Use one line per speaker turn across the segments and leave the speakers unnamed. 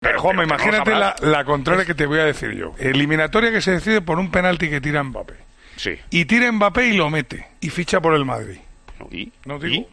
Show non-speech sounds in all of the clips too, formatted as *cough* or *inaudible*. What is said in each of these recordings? Pero, Juanma,
pero que no
imagínate la,
sabrás.
la contraria que te voy a decir yo. Eliminatoria que se decide por un penalti que tira Mbappé.
Sí.
Y tira Mbappé y lo mete. Y ficha por el Madrid.
No, ¿Y?
No digo.
¿Y?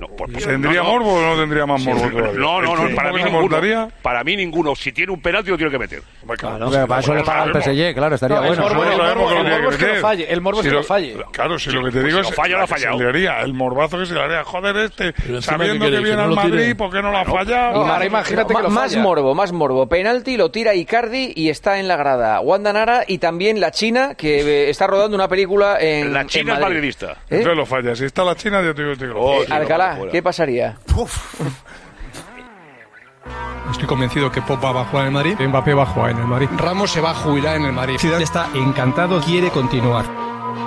No, pues-
¿Tendría
no, no.
morbo o no tendría más
Sí,
morbo?
no,
todavía?
no, no,
¿El
no,
tipo
para
que
mí
se
ninguno.
montaría?
Para mí ninguno. Si tiene un penalti lo tiene que meter.
Claro, para eso le paga el PSG, claro, estaría
No, el
bueno.
morbo-
Nosotros sabemos
el
lo tiene
morbo es que no
meter.
falle, el morbo es
Si
que no
lo-
falle.
Claro, si lo que te
pues
digo
si
es
lo falla,
la
lo ha
que se
fallado.
le haría, el morbazo que se le haría. Joder, este,
encima, ¿qué
sabiendo que
queréis,
viene
que no
al
lo tire?
Madrid, ¿por qué no lo ha fallado?
No, ahora imagínate que
Ma-
lo
más
falla.
morbo, más morbo. Penalti lo tira Icardi y está en la grada. Wanda Nara y también la China que eh, está rodando una película en
La
en
China es
Madrid.
madridista.
¿Eh?
Entonces lo falla. Si está la China, yo te digo, te digo,
Oh,
"Oh,
Eh,
sí,
Alcalá,
fuera.
¿qué pasaría?
Estoy convencido que Pop va a jugar en el Madrid, Mbappé va a jugar en el Madrid, Ramos se va a jubilar en el Madrid. Ciudad está encantado, quiere continuar.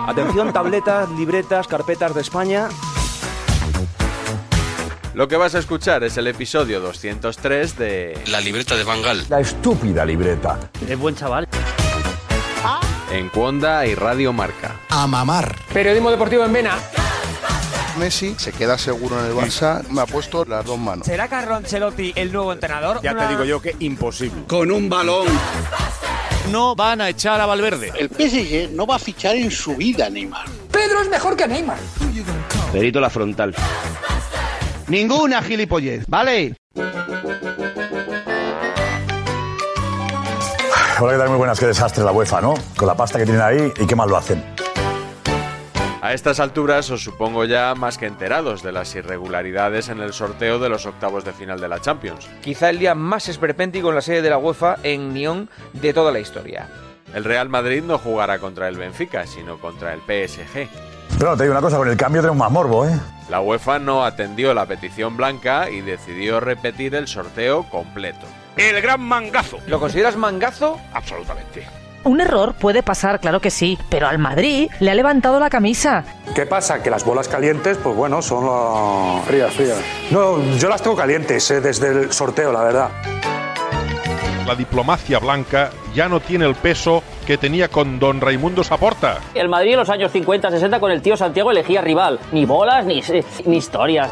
Atención, tabletas, libretas, carpetas de España.
Lo que vas a escuchar es el episodio 203 de
La libreta de Bangal.
La estúpida libreta. Es buen chaval.
En Cuonda y Radio Marca.
A mamar.
Periodismo deportivo en Vena.
Messi se queda seguro en el Barça. Me ha puesto las dos manos.
¿Será Carlo Ancelotti el nuevo entrenador? Ya te digo yo que imposible.
Con un balón. No van a echar a Valverde.
El PSG no va a fichar en su vida, Neymar.
Pedro es mejor que Neymar.
Perito la frontal. Ninguna gilipollez, ¿vale?
Hola, que tal? Muy buenas, qué desastre la UEFA, ¿no? Con la pasta que tienen ahí y qué mal lo hacen.
A estas alturas os supongo ya más que enterados de las irregularidades en el sorteo de los octavos de final de la Champions.
Quizá el día más esperpéntico en la sede de la UEFA en Nyon de toda la historia.
El Real Madrid no jugará contra el Benfica, sino contra el PSG.
Pero no, te digo una cosa, con el cambio tenemos más morbo, ¿eh?
La UEFA no atendió la petición blanca y decidió repetir el sorteo completo.
El gran mangazo.
¿Lo consideras mangazo?
Absolutamente.
Un error puede pasar, claro que sí, pero al Madrid le ha levantado la camisa.
¿Qué pasa? Que las bolas calientes, pues bueno, son las... Frías, frías. No, yo las tengo calientes eh, desde el sorteo, la verdad.
La diplomacia blanca ya no tiene el peso que tenía con don Raimundo Saporta.
El Madrid en los años 50-60 con el tío Santiago elegía rival. Ni bolas, ni, ni historias.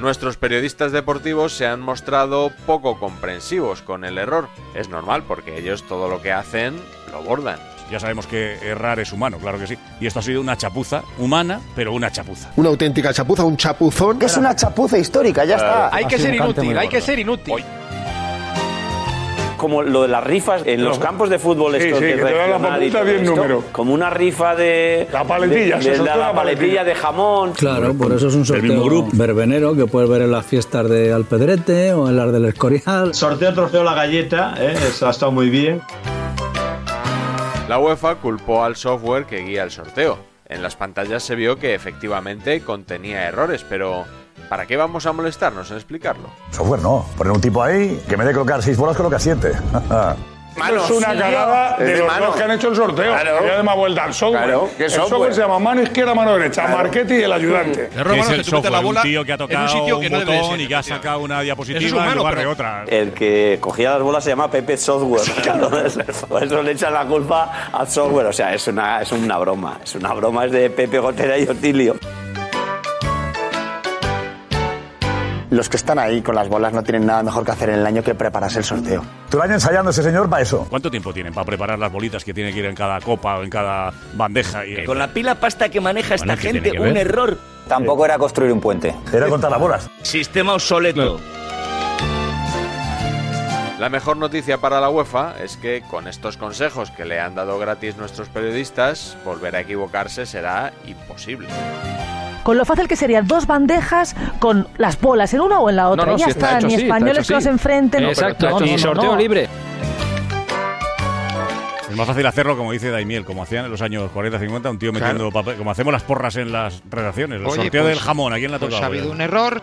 Nuestros periodistas deportivos se han mostrado poco comprensivos con el error. Es normal porque ellos todo lo que hacen lo bordan.
Ya sabemos que errar es humano, claro que sí. Y esto ha sido una chapuza humana, pero una chapuza.
Una auténtica chapuza, un chapuzón.
Es una chapuza histórica, ya está.
Hay que
ser
inútil, hay que ser inútil.
como lo de las rifas en los campos de fútbol
Sí,
esto
sí,
que
que
es
te dan la
regional y
papelita
todo
bien
esto,
número.
como una rifa de
La paletilla,
de-
se
de-
soltó
de
la
la
paletilla.
paletilla de jamón
Claro, por eso es un sorteo.
mismo grupo.
verbenero que puedes ver en las fiestas de Alpedrete o en las del Escorial.
sorteo trofeo la galleta eso ha estado muy bien
La UEFA culpó al software que guía el sorteo. En las pantallas se vio que efectivamente contenía errores, pero ¿para qué vamos a molestarnos en explicarlo?
Software no. Poner un tipo ahí que me dé colocar seis bolas, coloca siete.
es una cagada de, los dos que han hecho el sorteo. Había de más vuelta al software. el software. se llama mano izquierda, mano derecha. Marchetti y el ayudante.
es el software, un tío que ha tocado un, botón y que ha sacado una diapositiva en lugar de otra.
el que cogía las bolas se llama Pepe Software *laughs* Claro, por eso le echan la culpa al software o sea es una es una broma es una broma es de Pepe Gotera y Otilio
Los que están ahí con las bolas no tienen nada mejor que hacer en el año que prepararse el sorteo. Todo el año ensayando ese señor para eso.
¿Cuánto tiempo tienen para preparar las bolitas que tiene que ir en cada copa o en cada bandeja? Y,
con la pila pasta que maneja
esta Bueno, ¿qué gente, tiene que un ver?
error
Tampoco era construir un puente.
Era contar las bolas.
sistema obsoleto
La mejor noticia para la UEFA es que con estos consejos que le han dado gratis nuestros periodistas, volver a equivocarse será imposible.
con lo fácil que serían dos bandejas con las bolas en una o en la otra.
No, no,
ya
sí, está
está,
hecho,
ni
sí, está
españoles
hecho,
que los
sí.
enfrenten.
No, pero está hecho. Y sorteo libre.
Es más fácil hacerlo como dice Daimiel, como hacían en los años 40-50, un tío metiendo papel, como hacemos las porras en las redacciones, el
Oye,
sorteo
pues-
del jamón, ¿a quién la
pues
toca?
ha habido un error.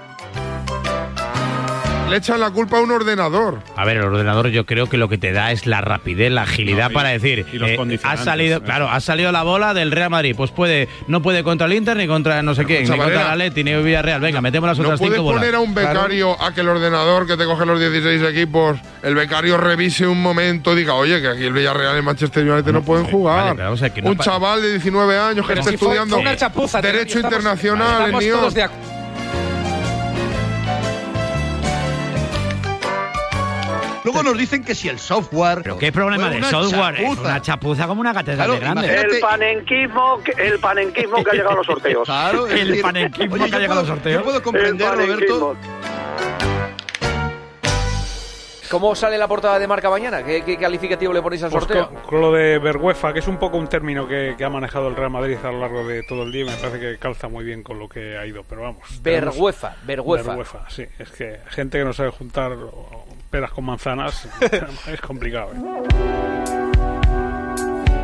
Le echan la culpa a un ordenador.
A ver, el ordenador yo creo que lo que te da es la rapidez, la agilidad
No, y-
para decir,
y los
eh, ha
condicionantes,
salido,
¿no?
claro, ha salido la bola del Real Madrid, pues puede, no puede contra el Inter ni contra no sé quién, ni
Chavalera,
contra el Atleti, ni el Villarreal, venga, metemos las
¿No
otras
puedes
cinco bolas.
poner a un becario a que el ordenador que te coge los 16 equipos, el becario revise un momento y diga, oye, que aquí el Villarreal y el Manchester United no pueden
Vale,
jugar?
pero vamos a ver, que no
un
pa-
chaval de 19 años que
Pero
está
si fue- fue
estudiando
una chapuza, tío,
Derecho
estamos-
Internacional en
estamos
Lyon.
todos de
Luego nos dicen que si el software. ¿Pero
¿Qué problema del software? Es una chapuza como una catedral
Claro,
de grande.
imagínate- El
panenquismo, el panenquismo que ha llegado a los sorteos.
Claro, es
el
decir,
panenquismo
oye,
que ha
yo
llegado al
puedo-
sorteo.
Yo puedo comprender, Roberto.
¿Cómo sale la portada de marca mañana? ¿Qué, qué calificativo le ponéis al
Pues
sorteo?
con, con lo de vergüenza, que es un poco un término que, que ha manejado el Real Madrid a lo largo de todo el día, y me parece que calza muy bien con lo que ha ido, pero vamos. tenemos-
Vergüenza, vergüenza.
Vergüenza, sí. Es que gente que no sabe juntar o- peras con manzanas *laughs* es complicado. ¿eh?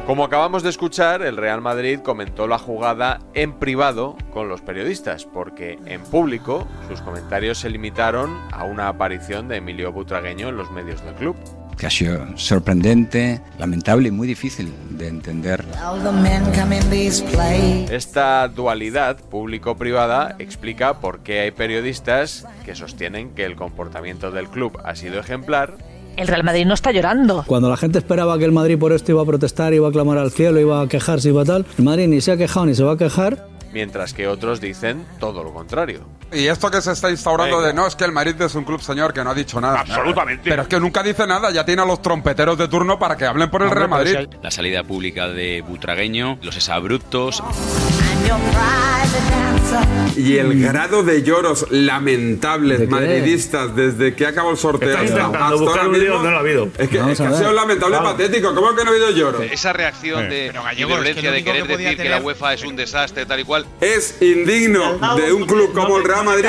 Como acabamos de escuchar, el Real Madrid comentó la jugada en privado con los periodistas, porque en público sus comentarios se limitaron a una aparición de Emilio Butragueño en los medios del club.
que ha sido sorprendente, lamentable y muy difícil de entender.
Esta dualidad público-privada explica por qué hay periodistas que sostienen que el comportamiento del club ha sido ejemplar
El Real Madrid no está llorando.
Cuando la gente esperaba que el Madrid por esto iba a protestar, iba a clamar al cielo, iba a quejarse, iba a tal, el Madrid ni se ha quejado ni se va a quejar.
mientras que otros dicen todo lo contrario.
Y esto que se está instaurando de no, es que el Madrid es un club señor que no ha dicho nada.
Absolutamente.
Ah, Pero es que nunca dice nada, ya tiene a los trompeteros de turno para que hablen por el Real Madrid.
La salida pública de Butragueño, los exabruptos.
Y
Mm.
el grado de lloros lamentables madridistas desde que acabó el sorteo
Estás
hasta
intentando
ahora
buscar un
mismo,
lío, no lo ha habido.
Es que,
Vamos
es que
a
ha
ver.
sido lamentable
Claro.
patético. ¿Cómo que no ha habido lloros?
Esa reacción
Eh,
de,
Gallego,
de
es que
violencia
lo
de
único
querer
que podía
decir que la
tener-
UEFA es un desastre, tal y cual.
Es indigno de un club como el Real Madrid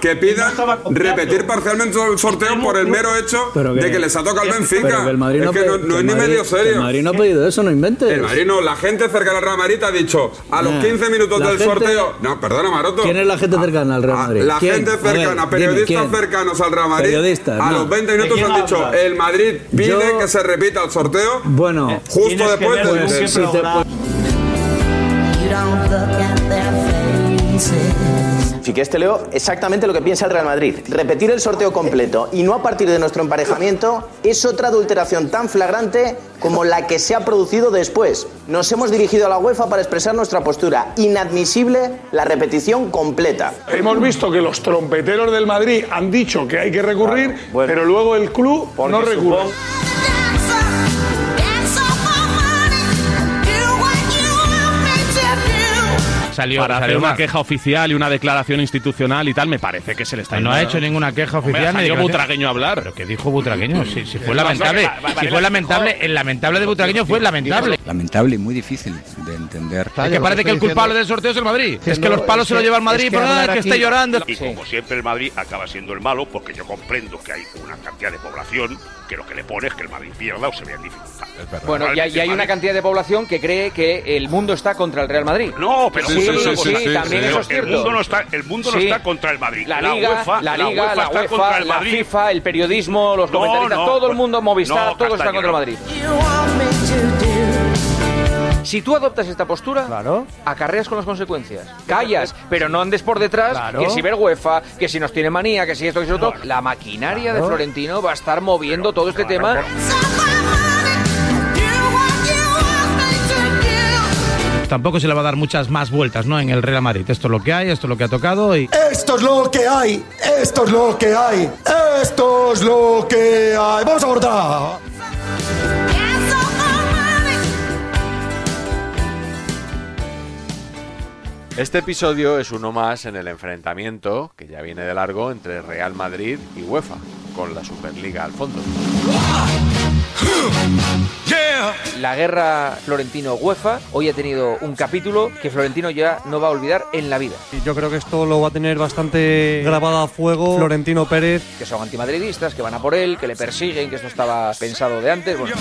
que pidan repetir parcialmente el sorteo por el mero hecho
Pero
de que les ha tocado el
Pero
Benfica.
que el Madrid
Es
no,
que
pe-
no, no
que
es
el
ni
Madrid-
medio
que El
serio.
Madrid no ha pedido eso, no inventes.
El Madrid no, la gente cercana al Real Madrid ha dicho a los
Nah.
15 minutos
La
del
gente-
sorteo. No, perdona, Maroto.
¿Quién es la gente cercana al Real Madrid?
Ah, La
¿Quién?
gente
A ver,
cercana,
dime,
periodistas
¿quién?
cercanos al Real Madrid.
Periodistas,
a
no.
los 20
¿De
minutos
quién
han dicho:
hablas?
el Madrid pide
Yo-
que se repita el sorteo.
Bueno,
Justo después del-
Pues,
del-
si te-
Si quieres te leo exactamente lo que piensa el Real Madrid. Repetir el sorteo completo y no a partir de nuestro emparejamiento es otra adulteración tan flagrante como la que se ha producido después. Nos hemos dirigido a la UEFA para expresar nuestra postura. Inadmisible la repetición completa.
Hemos visto que los trompeteros del Madrid han dicho que hay que recurrir, pero luego el club no recurre.
Salió,
Para hacer
salió
una
una-
queja oficial y una declaración institucional y tal, me parece que se le está
No ha hecho
ningún
ninguna queja oficial. ni
salió
declaración.
Butragueño a hablar.
¿Pero qué dijo Butragueño? Si, si fue
No, no,
lamentable.
que va- va-
Si
vale,
fue lamentable, el lamentable de Butragueño fue lamentable.
Lamentable y muy difícil de entender.
Es que parece que el culpable del sorteo es el Madrid. Es que
diciendo-
los palos
es
se los
que-
lleva el Madrid,
es que
pero ah,
hablar
que
aquí-
esté llorando.
Y como siempre el Madrid acaba siendo el malo porque yo comprendo que hay una cantidad de población que lo que le pone es que el Madrid pierda o se vea en dificultad.
Bueno, y, hay- y hay una cantidad de población que cree que el mundo está contra el Real Madrid.
No, pero
sí,
un mundo no
sí,
está-
también eso es
el
cierto.
mundo no está, el mundo no
Sí.
está contra el Madrid.
La Liga, la,
UEFA,
Liga, la UEFA,
está contra el
la
Madrid.
FIFA, el periodismo, los
No,
comentaristas,
no,
todo el
pues-
mundo, Movistar,
no,
todo está
Castaño,
contra el
no.
Madrid. Si tú adoptas esta postura, acarreas con las consecuencias. Callas, pero no andes por detrás,
Claro.
que si ver UEFA, que si nos tiene manía, que si esto, que si lo otro. La maquinaria
Claro.
de Florentino va a estar moviendo todo este tema.
Tampoco se le va a dar muchas más vueltas, ¿no? En el Real Madrid. Esto es lo que hay, esto es lo que ha tocado y.
Esto es lo que hay, esto es lo que hay, esto es lo que hay. Vamos a cortar.
Este episodio es uno más en el enfrentamiento que ya viene de largo entre Real Madrid y UEFA, con la Superliga al fondo.
La guerra Florentino-UEFA hoy ha tenido un capítulo que Florentino ya no va a olvidar en la vida.
Yo creo que esto lo va a tener bastante grabado a fuego Florentino Pérez.
Que son antimadridistas, que van a por él, que le persiguen, que esto estaba pensado de antes. Bueno.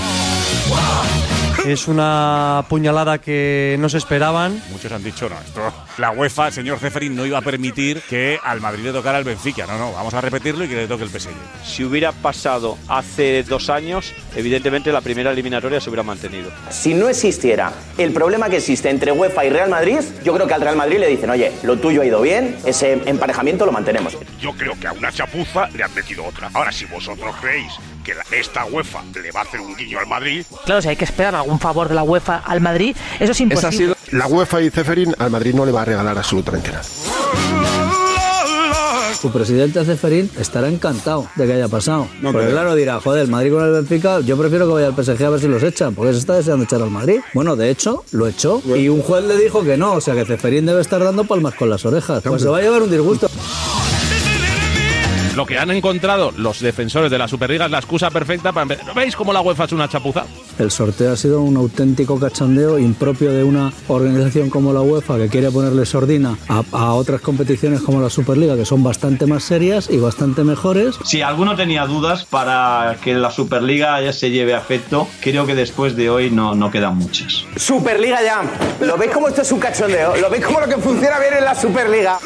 Es una puñalada que no se esperaban.
Muchos han dicho, no, esto, la UEFA, el señor Ceferín, no iba a permitir que al Madrid le tocara el Benfica. No, no, vamos a repetirlo y que le toque el PSG.
Si hubiera pasado hace dos años, evidentemente la primera eliminatoria se hubiera mantenido.
Si no existiera el problema que existe entre UEFA y Real Madrid, yo creo que al Real Madrid le dicen, oye, lo tuyo ha ido bien, ese emparejamiento lo mantenemos.
Yo creo que a una chapuza le han metido otra. Ahora, si vosotros creéis que la- esta UEFA le va a hacer un guiño al Madrid,
Claro, si hay que esperar algún favor de la UEFA al Madrid, eso es imposible.
La UEFA y Ceferin al Madrid no le va a regalar absolutamente nada.
Su presidente Ceferín estará encantado de que haya pasado. porque claro, dirá, joder, el Madrid con el Benfica, yo prefiero que vaya al PSG a ver si los echan, porque se está deseando echar al Madrid. Bueno, de hecho, lo echó. Y un juez le dijo que no, o sea que Ceferín debe estar dando palmas con las orejas. Pues se va a llevar un disgusto.
Lo que han encontrado los defensores de la Superliga es la excusa perfecta para... empe- ¿Veis cómo la UEFA es una chapuza?
El sorteo ha sido un auténtico cachondeo impropio de una organización como la UEFA que quiere ponerle sordina a, a otras competiciones como la Superliga que son bastante más serias y bastante mejores.
Si alguno tenía dudas para que la Superliga ya se lleve a efecto, creo que después de hoy no, no quedan muchas.
Superliga ya. ¿Lo veis como esto es un cachondeo? ¿Lo veis como lo que funciona bien en la Superliga?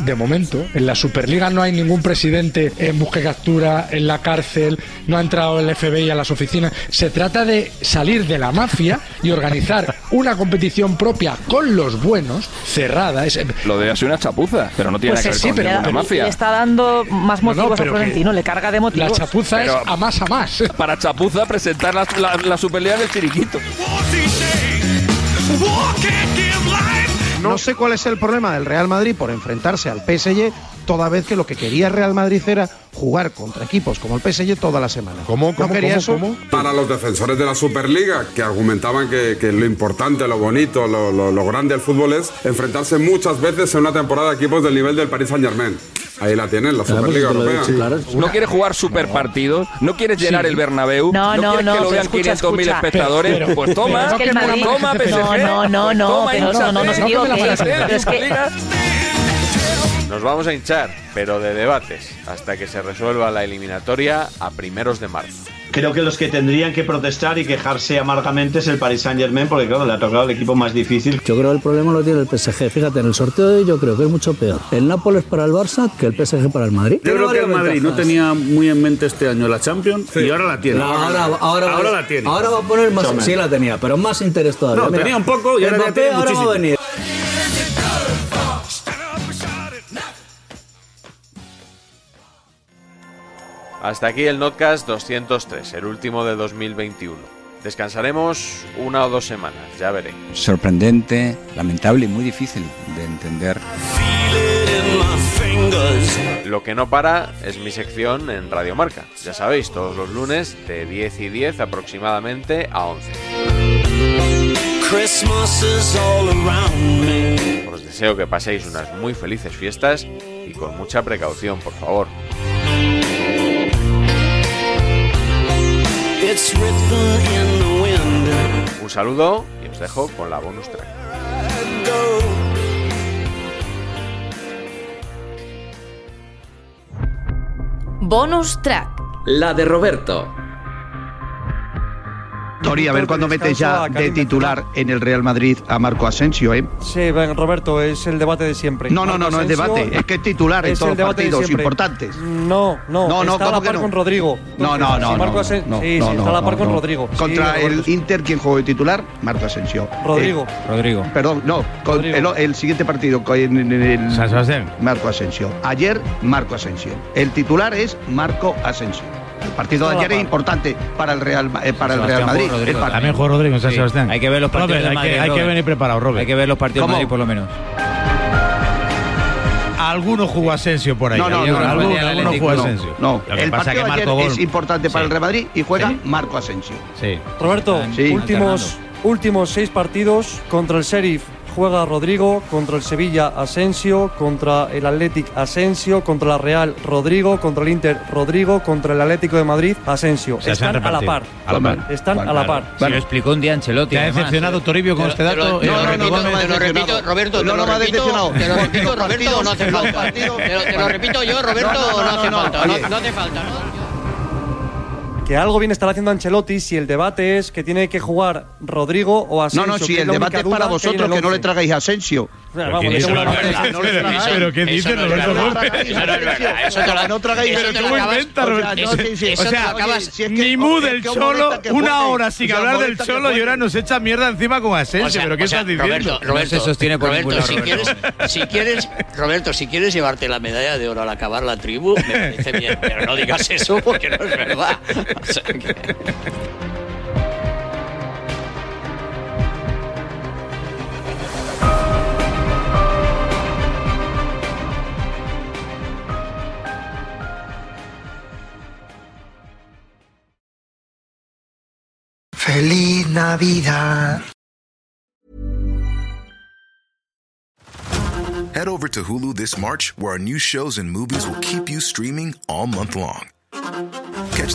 De momento, en la Superliga no hay ningún presidente en busca y captura, en la cárcel, no ha entrado el FBI a las oficinas. Se trata de salir de la mafia y organizar una competición propia con los buenos, cerrada. Es,
Lo de hacer una chapuza, pero no tiene
Pues
nada que
sí,
ver con
pero
ninguna
le-
mafia.
le está dando más
No, no,
motivos a
pero que-
Florentino, le carga de motivos.
Pero
más a más.
*laughs* Para chapuza presentar la, la, la Superliga del Chiriquito.
No sé cuál es el problema del Real Madrid por enfrentarse al PSG, toda vez que lo que quería el Real Madrid era jugar contra equipos como el PSG toda la semana. ¿Cómo?
cómo,
no quería
cómo,
eso.
cómo?
Para los defensores de la Superliga, que argumentaban que, que lo importante, lo bonito, lo, lo- lo grande del fútbol es enfrentarse muchas veces en una temporada a equipos del nivel del Paris Saint Germain. Ahí la tienen, la Superliga Europea.
No quieres jugar super partidos, no quieres llenar
Sí.
el Bernabéu,
No,
no,
no,
quieres
no,
que lo
pero
vean 500.000
escucha, escucha.
espectadores,
Pero-
pues toma,
Es que el
pues
Madrid-
toma PSG,
No,
pues
no, no, no,
toma
pero
hinchate,
no, no, no se
pues
digo
toma
que-
hinchate,
pero es que-
Superliga.
Nos vamos a hinchar, pero de debates, hasta que se resuelva la eliminatoria a primeros de marzo.
Creo que los que tendrían que protestar y quejarse amargamente es el Paris Saint Germain, porque claro, le ha tocado el equipo más difícil.
Yo creo que el problema lo tiene el PSG. Fíjate, en el sorteo de hoy yo creo que es mucho peor. El Nápoles para el Barça que el PSG para el Madrid.
Yo creo que el
varias
Madrid no
ventajas.
tenía muy en mente este año la Champions y ahora la tiene.
No, ahora, ahora,
Ahora
va-
la tiene.
*laughs*
Ahora va a poner más.
Más o menos.
Sí, la tenía, pero más interés todavía.
No, tenía un poco y ahora ya
Mbappé
tiene
ahora va
muchísimo.
a venir.
Hasta aquí el Notcast 203, el último de 2021. Descansaremos una o dos semanas, ya veré.
Sorprendente, lamentable y muy difícil de entender.
Lo que no para es mi sección en Radio Marca. Ya sabéis, todos los lunes de 10 y 10 aproximadamente a 11.
Christmas is all around me.
Os deseo que paséis unas muy felices fiestas y con mucha precaución, por favor.
It's written in the wind.
Un saludo y os dejo con la bonus track.
I go.
Bonus track.
La de Roberto.
Tori, a ver cuándo metes ya de titular en el Real Madrid a Marco Asensio, ¿eh?
Sí, ben, Roberto, es el debate de siempre.
No, no, no, no es
Asensio
debate, es que es titular en
es
todos
el
los
debate de
partidos
siempre.
importantes.
No, no,
No, no,
está a la
¿cómo que
par
no?
con Rodrigo.
No, no, no.
Si Marco
no,
Asen-
no,
sí,
no,
sí,
no,
está a la par
no,
con
no.
Rodrigo. Sí,
Contra el
Roberto.
Inter, ¿quién jugó de titular? Marco Asensio.
Rodrigo.
Rodrigo. Perdón, no. con- El, el siguiente partido con- en, en el.
San Sebastián.
Marco Asensio. Ayer, Marco Asensio. El titular es Marco Asensio. El partido de
Toda
ayer
la
es
par.
importante para el Real, Ma- eh, para el Real
Sebastián
Madrid.
jugó Rodrigo
El partido.
también. jugó Rodrigo en San
Sí.
Sebastián.
Hay que ver los partidos
Robert,
de Madrid,
hay, que, hay
Robert.
que venir preparado, Robert. Hay que ver los partidos de Madrid, por lo menos. Alguno jugó Asensio por ahí. ¿eh?
No, no, no, no,
alguno,
no,
alguno jugó
no,
Asensio.
no.
Lo que
el
pasa es que
partido de
Marco
ayer
Gol.
es importante para
Sí.
el Real Madrid y juega Marco Asensio.
Sí.
Roberto,
Sí.
últimos, últimos seis partidos contra el Sheriff. juega Rodrigo, contra el Sevilla Asensio, contra el Athletic Asensio, contra la Real Rodrigo, contra el Inter Rodrigo, contra el Atlético de Madrid Asensio.
O sea, se han
Están a la
repartido.
par.
A la par.
Están
Vale,
a la
claro.
par.
Se lo explicó un día Ancelotti. Te ha además, decepcionado Toribio con este dato.
No,
Eh,
no, no,
Roberto Gómez.
te lo repito, Roberto, te
No, no
lo
me ha
repito,
decepcionado.
te lo repito, Roberto, no hace falta. Te lo- te lo repito yo, Roberto,
No, no, no,
no hace
no, no,
falta, no-
oye.
no hace falta, ¿no?
Que algo bien estará haciendo Ancelotti si el debate es que tiene que jugar Rodrigo o Asensio.
No, no,
que
si
es
el
la única
debate es para
duda hay en
vosotros,
el
que no le
once.
tragáis a Asensio.
Pero vamos, ¿quién seguro dice no.
*laughs*
eso? Pero- pero ¿qué dice Roberto Gómez?
Eso no es verdad. Eso te lo-
No tragáis-
eso
pero
te lo
¿cómo
acabas-
inventa,
o sea,
Roberto?
no, sí, sí,
O
eso te
sea,
lo acabas-
oye,
si es que-
Ni
oye,
mu del
que os
Cholo,
molesta que
una
juegue.
hora sin
Si os
hablar del
molesta que
Cholo y
juegue.
ahora nos echa mierda encima con
O
Asensio.
sea,
¿Pero qué
o sea,
estás diciendo?
Roberto, Roberto, Roberto, si quieres, si quieres, Roberto, si quieres llevarte la medalla de oro al acabar la tribu, me parece bien, pero no digas eso porque no es verdad. O sea, que-
Feliz Navidad.
Head over to Hulu this March, where our new shows and movies will keep you streaming all month long. Catch